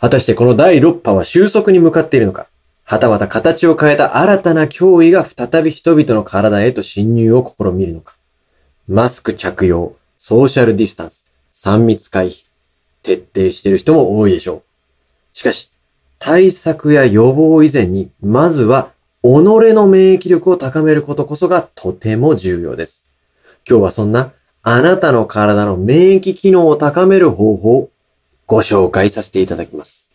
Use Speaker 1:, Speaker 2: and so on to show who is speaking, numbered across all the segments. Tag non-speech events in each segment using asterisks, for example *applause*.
Speaker 1: 果たしてこの第6波は収束に向かっているのかはたまた形を変えた新たな脅威が再び人々の体へと侵入を試みるのかマスク着用、ソーシャルディスタンス、3密回避、徹底している人も多いでしょう。しかし、対策や予防以前に、まずは己の免疫力を高めることこそがとても重要です。今日はそんなあなたの体の免疫機能を高める方法をご紹介させていただきます。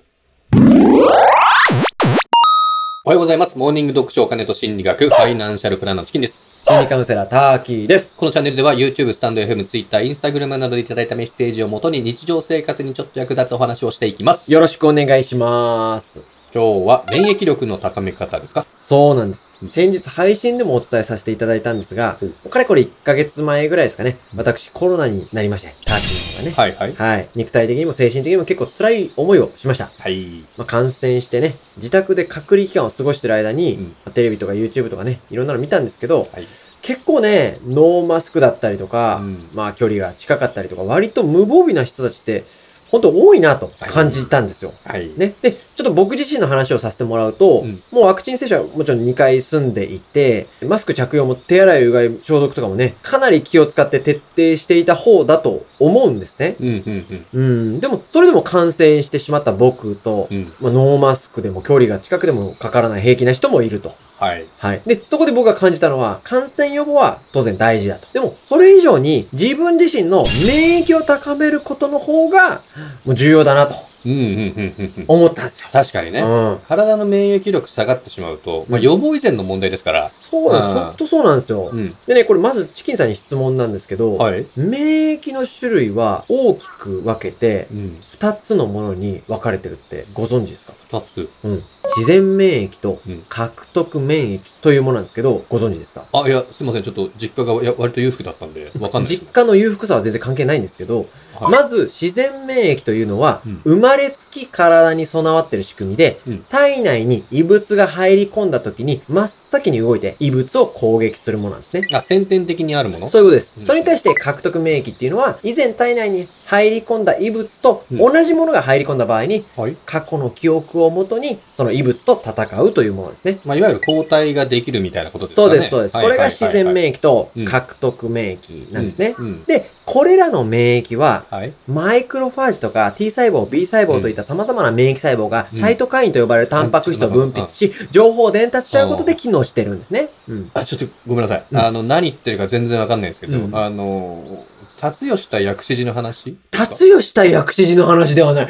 Speaker 2: おはようございます。モーニング読書お金と心理
Speaker 1: *laughs*
Speaker 2: 学、ファイナンシャルプランナーのチキンです。
Speaker 1: 心理カウンセラー、ターキーです。
Speaker 2: このチャンネルでは YouTube、スタンド FM、Twitter、Instagram などでいただいたメッセージをもとに日常生活にちょっと役立つお話をしていきます。
Speaker 1: よろしくお願いします。
Speaker 2: 今日は免疫力の高め方ですか
Speaker 1: そうなんです。先日配信でもお伝えさせていただいたんですが、うん、かれこれ1ヶ月前ぐらいですかね、私コロナになりまして、ターキーがね。
Speaker 2: はいはい。
Speaker 1: はい。肉体的にも精神的にも結構辛い思いをしました。
Speaker 2: はい。
Speaker 1: まあ、感染してね、自宅で隔離期間を過ごしてる間に、うん、まあ、テレビとか YouTube とかね、いろんなの見たんですけど、はい、結構ね、ノーマスクだったりとか、うん、まあ距離が近かったりとか、割と無防備な人たちって、本当多いなと感じたんですよ。
Speaker 2: はい。
Speaker 1: ね。で、ちょっと僕自身の話をさせてもらうと、うん、もうワクチン接種はもちろん2回済んでいて、マスク着用も手洗い、うがい、消毒とかもね、かなり気を使って徹底していた方だと思うんですね。
Speaker 2: うん、
Speaker 1: うん、でも、それでも感染してしまった僕と、うん、まあ、ノーマスクでも距離が近くでもかからない平気な人もいると。
Speaker 2: はい。
Speaker 1: はい。で、そこで僕が感じたのは、感染予防は当然大事だと。でも、それ以上に自分自身の免疫を高めることの方が、もう重要だなと。
Speaker 2: うんうんうんうん。
Speaker 1: 思ったんですよ。
Speaker 2: 確かにね。うん、体の免疫力下がってしまうと、まあ、予防以前の問題ですから。
Speaker 1: そうなんです。ほんとそうなんですよ。うん、でね、これまずチキンさんに質問なんですけど、
Speaker 2: はい、
Speaker 1: 免疫の種類は大きく分けて、二つのものに分かれてるってご存知ですか
Speaker 2: 二つ。
Speaker 1: うん。自然免疫と獲得免疫というものなんですけど、ご存知ですか
Speaker 2: あ、いや、すいません。ちょっと実家が割と裕福だったんで、わかんない、ね、
Speaker 1: 実家の裕福さは全然関係ないんですけど、はい、まず自然免疫というのは、生まれつき体に備わってる仕組みで、うん、体内に異物が入り込んだ時に真っ先に動いて異物を攻撃するものなんですね。
Speaker 2: あ、先天的にあるもの
Speaker 1: そういうことです。うん、それに対して獲得免疫っていうのは、以前体内に入り込んだ異物と同じものが入り込んだ場合に、うん、過去の記憶をもとに、その異物と戦うというものですね。
Speaker 2: まあ、いわゆる抗体ができるみたいなことで
Speaker 1: ね。
Speaker 2: す
Speaker 1: そうです、そうです。これが自然免疫と獲得免疫なんですね。で、これらの免疫は、はい、マイクロファージとか T 細胞、B 細胞といった様々な免疫細胞が、サイトカインと呼ばれるタンパク質を分泌し、情報を伝達しちゃうことで機能してるんですね。
Speaker 2: うん、あ、ちょっとごめんなさい。うん、あの、何言ってるか全然わかんないんですけど、うん、あのー、達吉対薬師寺の話
Speaker 1: 達吉対薬師寺の話ではない。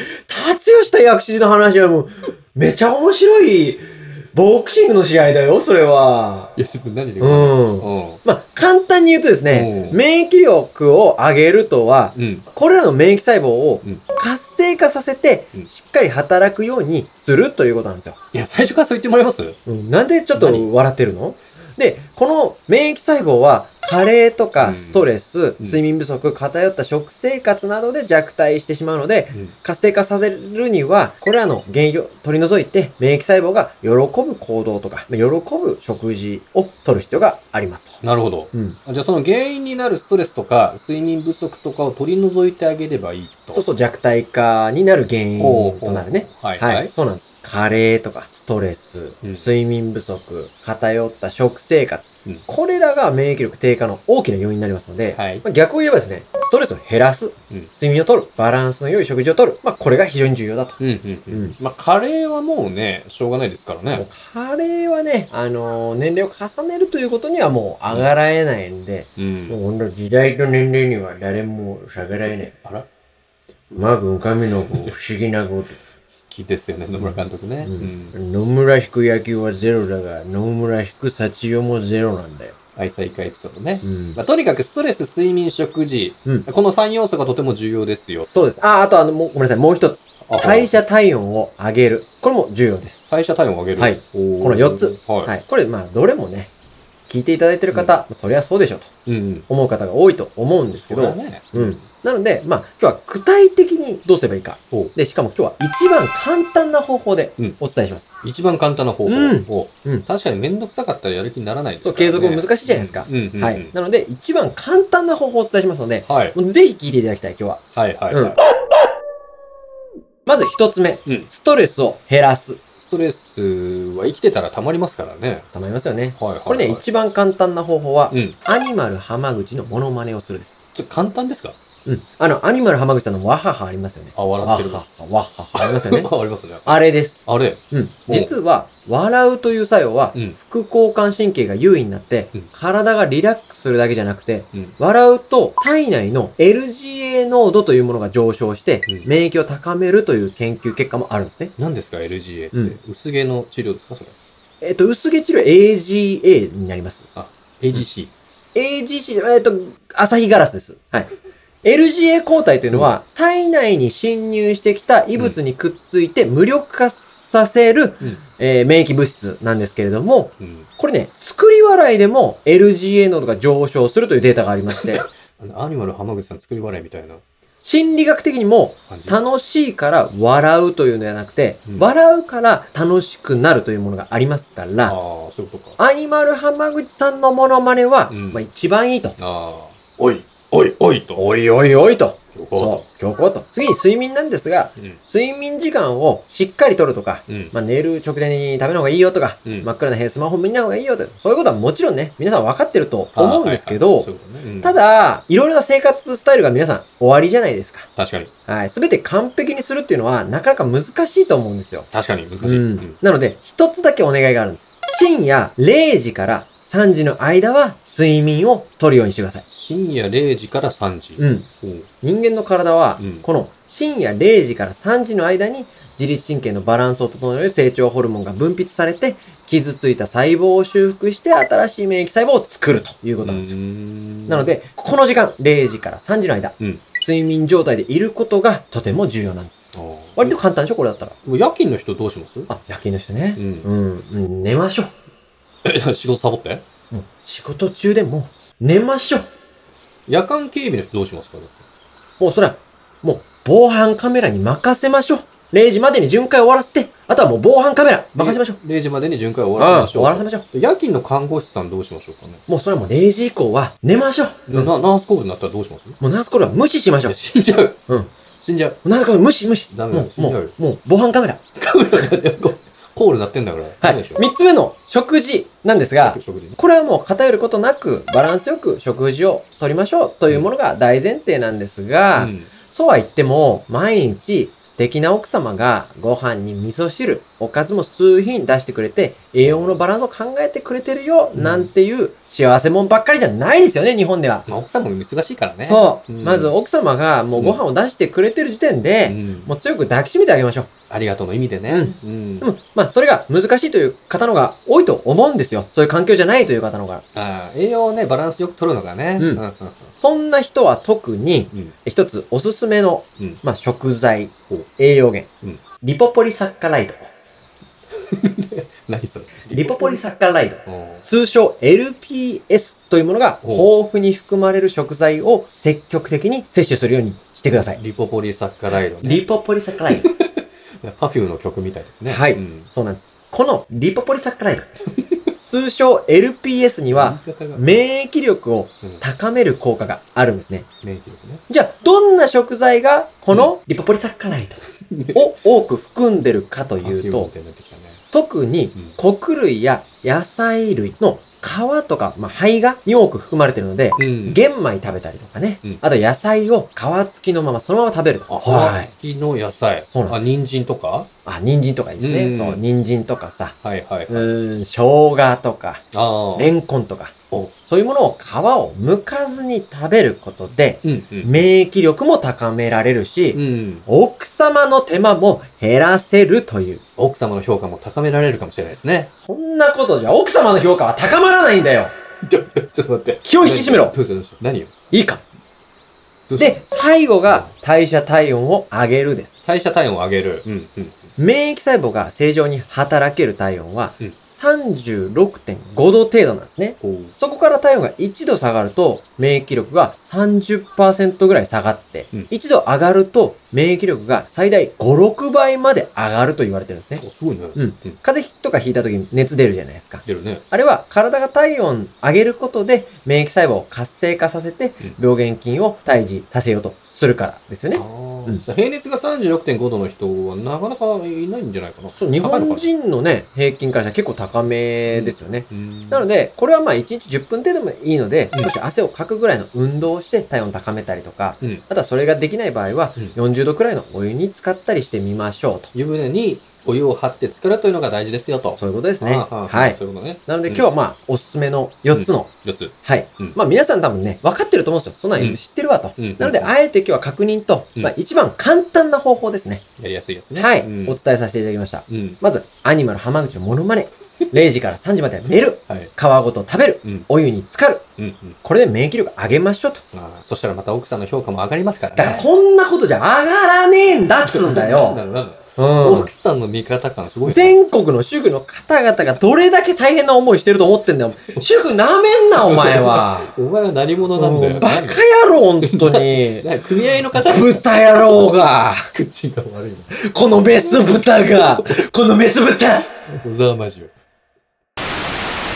Speaker 1: 達吉対薬師寺の話はもう、めちゃ面白い。ボクシングの試合だよ、それは。
Speaker 2: いや、ちょっと何で
Speaker 1: うん。うん、まあ、簡単に言うとですね、免疫力を上げるとは、うん、これらの免疫細胞を活性化させて、しっかり働くようにするということなんですよ。
Speaker 2: いや、最初からそう言ってもらえます、
Speaker 1: うん、なんでちょっと笑ってるので、この免疫細胞は、加齢とかストレス、うん、睡眠不足、偏った食生活などで弱体してしまうので、うん、活性化させるには、これらの原因を取り除いて、免疫細胞が喜ぶ行動とか、喜ぶ食事を取る必要があります
Speaker 2: と。なるほど。うん、じゃあその原因になるストレスとか、睡眠不足とかを取り除いてあげればいいと。
Speaker 1: そうそう、弱体化になる原因となるね。
Speaker 2: はい、はい、はい。
Speaker 1: そうなんです。加齢とかストレス、うん、睡眠不足、偏った食生活、うん、これらが免疫力低下の大きな要因になりますので、はい、まあ、逆を言えばですね、ストレスを減らす、うん、睡眠をとる、バランスの良い食事をとる、まあ、これが非常に重要だと。
Speaker 2: まあ、加齢はもうね、しょうがないですからね。
Speaker 1: 加齢はね、あのー、年齢を重ねるということにはもう上がらえないんで、うん、もう本当時代と年齢には誰も下がらえない。
Speaker 2: あら
Speaker 1: まぐんかみの不思議なこと。
Speaker 2: 好きですよね、野村監督ね。
Speaker 1: 野村引く野球はゼロだが、野村引く幸代もゼロなんだよ。
Speaker 2: 愛妻家エピソードね。うん、まあ、とにかくストレス、睡眠、食事、うん、この3要素がとても重要ですよ。
Speaker 1: そうです。あ、あとあの、もごめんなさい、もう一つ。代謝体温を上げる。これも重要です。
Speaker 2: 代謝体温を上げる
Speaker 1: はい。この4つ。はい、はい。これ、まあ、どれもね、聞いていただいてる方、うん、そりゃそうでしょと、思う方が多いと思うんですけど、
Speaker 2: ね、
Speaker 1: うん。なので、まあ、今日は具体的にどうすればいいか。で、しかも今日は一番簡単な方法でお伝えします。
Speaker 2: うん、一番簡単な方法を、うん、確かにめんどくさかったらやる気にならないです
Speaker 1: ね。そう、継続も難しいじゃないですか。はい。なので、一番簡単な方法をお伝えしますので、はい、ぜひ聞いていただきたい、今日は。
Speaker 2: はいはい、はいうん
Speaker 1: まず一つ目、
Speaker 2: うん
Speaker 1: ストレスを減らす。
Speaker 2: ストレスは生きてたら溜まりますからね。
Speaker 1: たまりますよね。
Speaker 2: はいはい、はい。
Speaker 1: これね、一番簡単な方法は、
Speaker 2: うん。
Speaker 1: アニマル浜口のモノマネをするです。
Speaker 2: ちょ、簡単ですか
Speaker 1: うん。あの、アニマル浜口さんのワハハありますよね。
Speaker 2: あ、笑
Speaker 1: ワ
Speaker 2: って
Speaker 1: ハ
Speaker 2: る。。
Speaker 1: ハ、ワハハありますよね
Speaker 2: *laughs* ありますね。
Speaker 1: あれです。
Speaker 2: あれ
Speaker 1: うん。実は、笑うという作用は
Speaker 2: う、ん。
Speaker 1: 副交感神経が優位になって
Speaker 2: うん、
Speaker 1: 体がリラックスするだけじゃなくて、
Speaker 2: うん。
Speaker 1: 笑うと体内の LGA 濃度というものが上昇して
Speaker 2: う、ん
Speaker 1: 免疫を高めるという研究結果もあるんですね。
Speaker 2: 何ですか ?LGA って、
Speaker 1: うん
Speaker 2: 薄毛の治療ですかそれ。
Speaker 1: えっと、薄毛治療 AGA になります。
Speaker 2: AGC。
Speaker 1: AGC、えっと、朝日ガラスです。はい。LGA 抗体というのは、体内に侵入してきた異物にくっついて無力化させる、
Speaker 2: うん
Speaker 1: えー免疫物質なんですけれども、
Speaker 2: うん。
Speaker 1: これね、作り笑いでも LGA 濃度が上昇するというデータがありまして、
Speaker 2: あの、アニマル浜口さん作り笑いみたいな
Speaker 1: 心理学的にも、
Speaker 2: 感じ。
Speaker 1: 楽しいから笑うというのではなくて、
Speaker 2: うん
Speaker 1: 笑うから楽しくなるというものがありますか
Speaker 2: ああ
Speaker 1: ら、
Speaker 2: ー、そういうことか。
Speaker 1: アニマル浜口さんのモノマネは、
Speaker 2: うん
Speaker 1: まあ一番いいと。
Speaker 2: ああ。おい、おい、おいと。
Speaker 1: おいおいおいと。
Speaker 2: そう
Speaker 1: そう、強行と。次に睡眠なんですが、
Speaker 2: うん。
Speaker 1: 睡眠時間をしっかりとるとか、
Speaker 2: うん。
Speaker 1: まあ、寝る直前に食べない方がいいよとか、
Speaker 2: うん
Speaker 1: 真っ暗な部屋でスマホ見ない方がいいよとか、そういうことはもちろんね、皆さん分かってると
Speaker 2: あー
Speaker 1: 思うんですけど、
Speaker 2: はいはいそういうことねうん
Speaker 1: ただ、いろいろな生活スタイルが皆さん終わりじゃないですか。
Speaker 2: 確かに、
Speaker 1: はい。すべて完璧にするっていうのは、なかなか難しいと思うんですよ。
Speaker 2: 確かに難し
Speaker 1: う
Speaker 2: い。
Speaker 1: ん。なので、一つだけお願いがあるんです。深夜0時から3時の間は睡眠をとるようにしてください。
Speaker 2: 深夜0時から3時。
Speaker 1: うん。
Speaker 2: うん
Speaker 1: 人間の体は、
Speaker 2: うん
Speaker 1: この深夜0時から3時の間に自律神経のバランスを整える成長ホルモンが分泌されて、傷ついた細胞を修復して新しい免疫細胞を作るということなんですよ。な
Speaker 2: な
Speaker 1: の、で、この時間、0時から3時の間、
Speaker 2: うん
Speaker 1: 睡眠状態でいることがとても重要なんです。
Speaker 2: あー
Speaker 1: 割と簡単でしょこれだったら。
Speaker 2: もう夜勤の人どうします
Speaker 1: あ、夜勤の人ね
Speaker 2: う。。
Speaker 1: うんん、うん、寝ましょ
Speaker 2: え仕事サボって
Speaker 1: う。うん仕事中でも、寝ましょう。
Speaker 2: 夜間警備の人どうしますか
Speaker 1: もうそれは、もう防犯カメラに任せましょう。0時までに巡回終わらせて、あとはもう防犯カメラ任せましょう。
Speaker 2: 0時までに巡回を終わらせましょう。
Speaker 1: 終わらせましょう。
Speaker 2: 夜勤の看護師さんどうしましょうかね。
Speaker 1: もうそれはもう0時以降は寝ましょう。うんも
Speaker 2: なナースコールになったらどうします
Speaker 1: うナースコールは無視しましょ
Speaker 2: いうや。死んじゃう。
Speaker 1: うん
Speaker 2: 死んじゃう。
Speaker 1: ナースコール無視無視。
Speaker 2: ダメだよ
Speaker 1: もう、も
Speaker 2: 死んじゃう
Speaker 1: う
Speaker 2: よ、
Speaker 1: もう防犯カメラ。
Speaker 2: カメラだってこうコールなってんだから。
Speaker 1: は
Speaker 2: ダメ
Speaker 1: い。
Speaker 2: でしょ
Speaker 1: 三つ目の食事なんですが
Speaker 2: 食、食事ね
Speaker 1: これはもう偏ることなく、バランスよく食事をとりましょうというものが大前提なんですが、
Speaker 2: うん
Speaker 1: そうは言っても、毎日素敵な奥様がご飯に味噌汁、おかずも数品出してくれて、栄養のバランスを考えてくれてるよ、
Speaker 2: うん
Speaker 1: なんていう幸せもんばっかりじゃないですよね、日本では。
Speaker 2: まあ奥さんも忙しいからね。
Speaker 1: そう。
Speaker 2: うん
Speaker 1: まず奥様がもうご飯を出してくれてる時点
Speaker 2: う
Speaker 1: で、
Speaker 2: ん
Speaker 1: もう強く抱きしめてあげましょ
Speaker 2: ありがとうの意味でね。うん
Speaker 1: う。でも、まあ、それが難しいという方の方が多いと思うんですよ。そういう環境じゃないという方の方が。
Speaker 2: あー栄養をね、バランスよく取るのがね。
Speaker 1: うん
Speaker 2: うんうん
Speaker 1: そんな人は特に、
Speaker 2: うん
Speaker 1: 一つおすすめの、
Speaker 2: うん
Speaker 1: まあ、食材
Speaker 2: ほう、
Speaker 1: 栄養源、
Speaker 2: うん
Speaker 1: リポポリサッカライド。
Speaker 2: 何それ
Speaker 1: リポポリサッカライド。
Speaker 2: うん
Speaker 1: 通称 LPS というものが豊富に含まれる食材を積極的に摂取するようにしてください。
Speaker 2: リポポリサッカライドね。
Speaker 1: リポポリサッカラ *laughs* イド。
Speaker 2: パフューの曲みたいですね。
Speaker 1: はい
Speaker 2: うん
Speaker 1: そうなんです。このリポポリサッカライド。通称 LPS には、
Speaker 2: 言い方が
Speaker 1: 免疫力を
Speaker 2: うん
Speaker 1: 高める効果があるんですね。
Speaker 2: 免疫力ね。
Speaker 1: じゃあ、どんな食材がこのリポポリサッカライド *laughs* を多く含んでるかと
Speaker 2: パフュ
Speaker 1: い
Speaker 2: ー
Speaker 1: う
Speaker 2: ムみ
Speaker 1: と、
Speaker 2: たいになってきたね。
Speaker 1: 特に
Speaker 2: うん
Speaker 1: 穀類や野菜類の皮とか、まあ、胚芽に多く含まれてるので、
Speaker 2: うん。
Speaker 1: 玄米食べたりとかね、
Speaker 2: うん
Speaker 1: あと野菜を皮付きのままそのまま食べると
Speaker 2: あ、
Speaker 1: は
Speaker 2: はいい。きの野菜。
Speaker 1: そうなんです
Speaker 2: あ、人参とか
Speaker 1: あ人参とかいいですね、
Speaker 2: うん
Speaker 1: そう人参とかさ。
Speaker 2: はいはいう
Speaker 1: ーん生姜とか
Speaker 2: ああ。
Speaker 1: レンコンとか
Speaker 2: お
Speaker 1: そういうものを皮を剥かずに食べることで
Speaker 2: うんうん。
Speaker 1: 免疫力も高められるし、
Speaker 2: うん。
Speaker 1: 奥様の手間も減らせるという
Speaker 2: 奥様の評価も高められるかもしれないで
Speaker 1: *laughs*
Speaker 2: すね。
Speaker 1: そんなことじゃ奥様の評価は高まらないんだよ
Speaker 2: ちょっと待って。
Speaker 1: 気を引き締めろ
Speaker 2: どうしたどうした何よ
Speaker 1: いいか
Speaker 2: どうした
Speaker 1: で、最後が代謝体温を上げるです
Speaker 2: 代謝体温を上げる。うんうん。
Speaker 1: 免疫細胞が正常に働ける体温は
Speaker 2: うん
Speaker 1: 36.5度程度なんですね。
Speaker 2: こう。
Speaker 1: そこから体温が1度下がると免疫力が30%ぐらい下がって、
Speaker 2: うん
Speaker 1: 1度上がると免疫力が最大5、6倍まで上がると言われてるんですね。
Speaker 2: あすごいね。
Speaker 1: うん。風邪とかひいた時に熱出るじゃないですか。
Speaker 2: 出るね。
Speaker 1: あれは体が体温上げることで免疫細胞を活性化させて
Speaker 2: うん
Speaker 1: 病原菌を退治させようとするからですよね。
Speaker 2: あ
Speaker 1: うん
Speaker 2: ー平熱が36.5度の人はなかなかいないんじゃないかな。
Speaker 1: そう、日本人のね、平均からしたら結構高めですよね。
Speaker 2: うん
Speaker 1: なので、これはまあ1日10分程度もいいので、
Speaker 2: うん
Speaker 1: 少し汗をかくぐらいの運動をして体温を高めたりとか、
Speaker 2: うん
Speaker 1: あとはそれができない場合は、
Speaker 2: うん
Speaker 1: 40度くらいのお湯に使ったりしてみましょうと。
Speaker 2: 湯船にお湯を張って浸かるというのが大事ですよと。
Speaker 1: そういうことですね。
Speaker 2: あーあー
Speaker 1: はい。
Speaker 2: そういうことね。
Speaker 1: なので今日はまあ、おすすめの4つの、
Speaker 2: 四つ。
Speaker 1: はい。
Speaker 2: うん
Speaker 1: まあ皆さん多分ね、分かってると思うんですよ。そんな
Speaker 2: うん
Speaker 1: の知ってるわと。
Speaker 2: うん
Speaker 1: なので、
Speaker 2: うん
Speaker 1: あえて今日は確認と、
Speaker 2: うん
Speaker 1: まあ一番簡単な方法ですね。
Speaker 2: やりやすいやつね。
Speaker 1: はい、
Speaker 2: うん
Speaker 1: お伝えさせていただきました。
Speaker 2: うん。
Speaker 1: まず、アニマル浜口のモノマネ。0時から3時までは寝る。
Speaker 2: はい。
Speaker 1: 皮ごと食べる。
Speaker 2: うん。
Speaker 1: お湯に浸かる。
Speaker 2: うん。うん。
Speaker 1: これで免疫力上げましょうと。
Speaker 2: あーそしたらまた奥さんの評価も上がりますからね。
Speaker 1: だからそんなことじゃ上がらねえんだっつうんだ
Speaker 2: なんだ
Speaker 1: よ。
Speaker 2: ろうなんだろう
Speaker 1: *laughs* う
Speaker 2: 奥さんの味方感すごい
Speaker 1: ん。
Speaker 2: な。
Speaker 1: 全国の主婦の方々がどれだけ大変な思いしてると思ってんだよ。主婦なめん *laughs* な、お前は。
Speaker 2: *laughs* お前は何者なんだ
Speaker 1: う
Speaker 2: よ。
Speaker 1: んバカ
Speaker 2: なんだよ
Speaker 1: 野郎、本当 *laughs* に。
Speaker 2: なんか組合の方ですか
Speaker 1: 豚野郎が、
Speaker 2: 口が悪いな。
Speaker 1: このメス豚が、このメス豚
Speaker 2: 小沢魔女。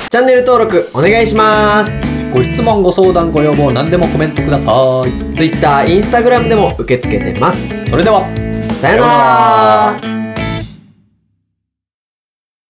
Speaker 1: チャンネル登録お願いします。
Speaker 2: ご質問、ご相談、ご要望、何でもコメントください。
Speaker 1: Twitter、Instagram でも受け付けてます。
Speaker 2: それでは。
Speaker 1: さよなら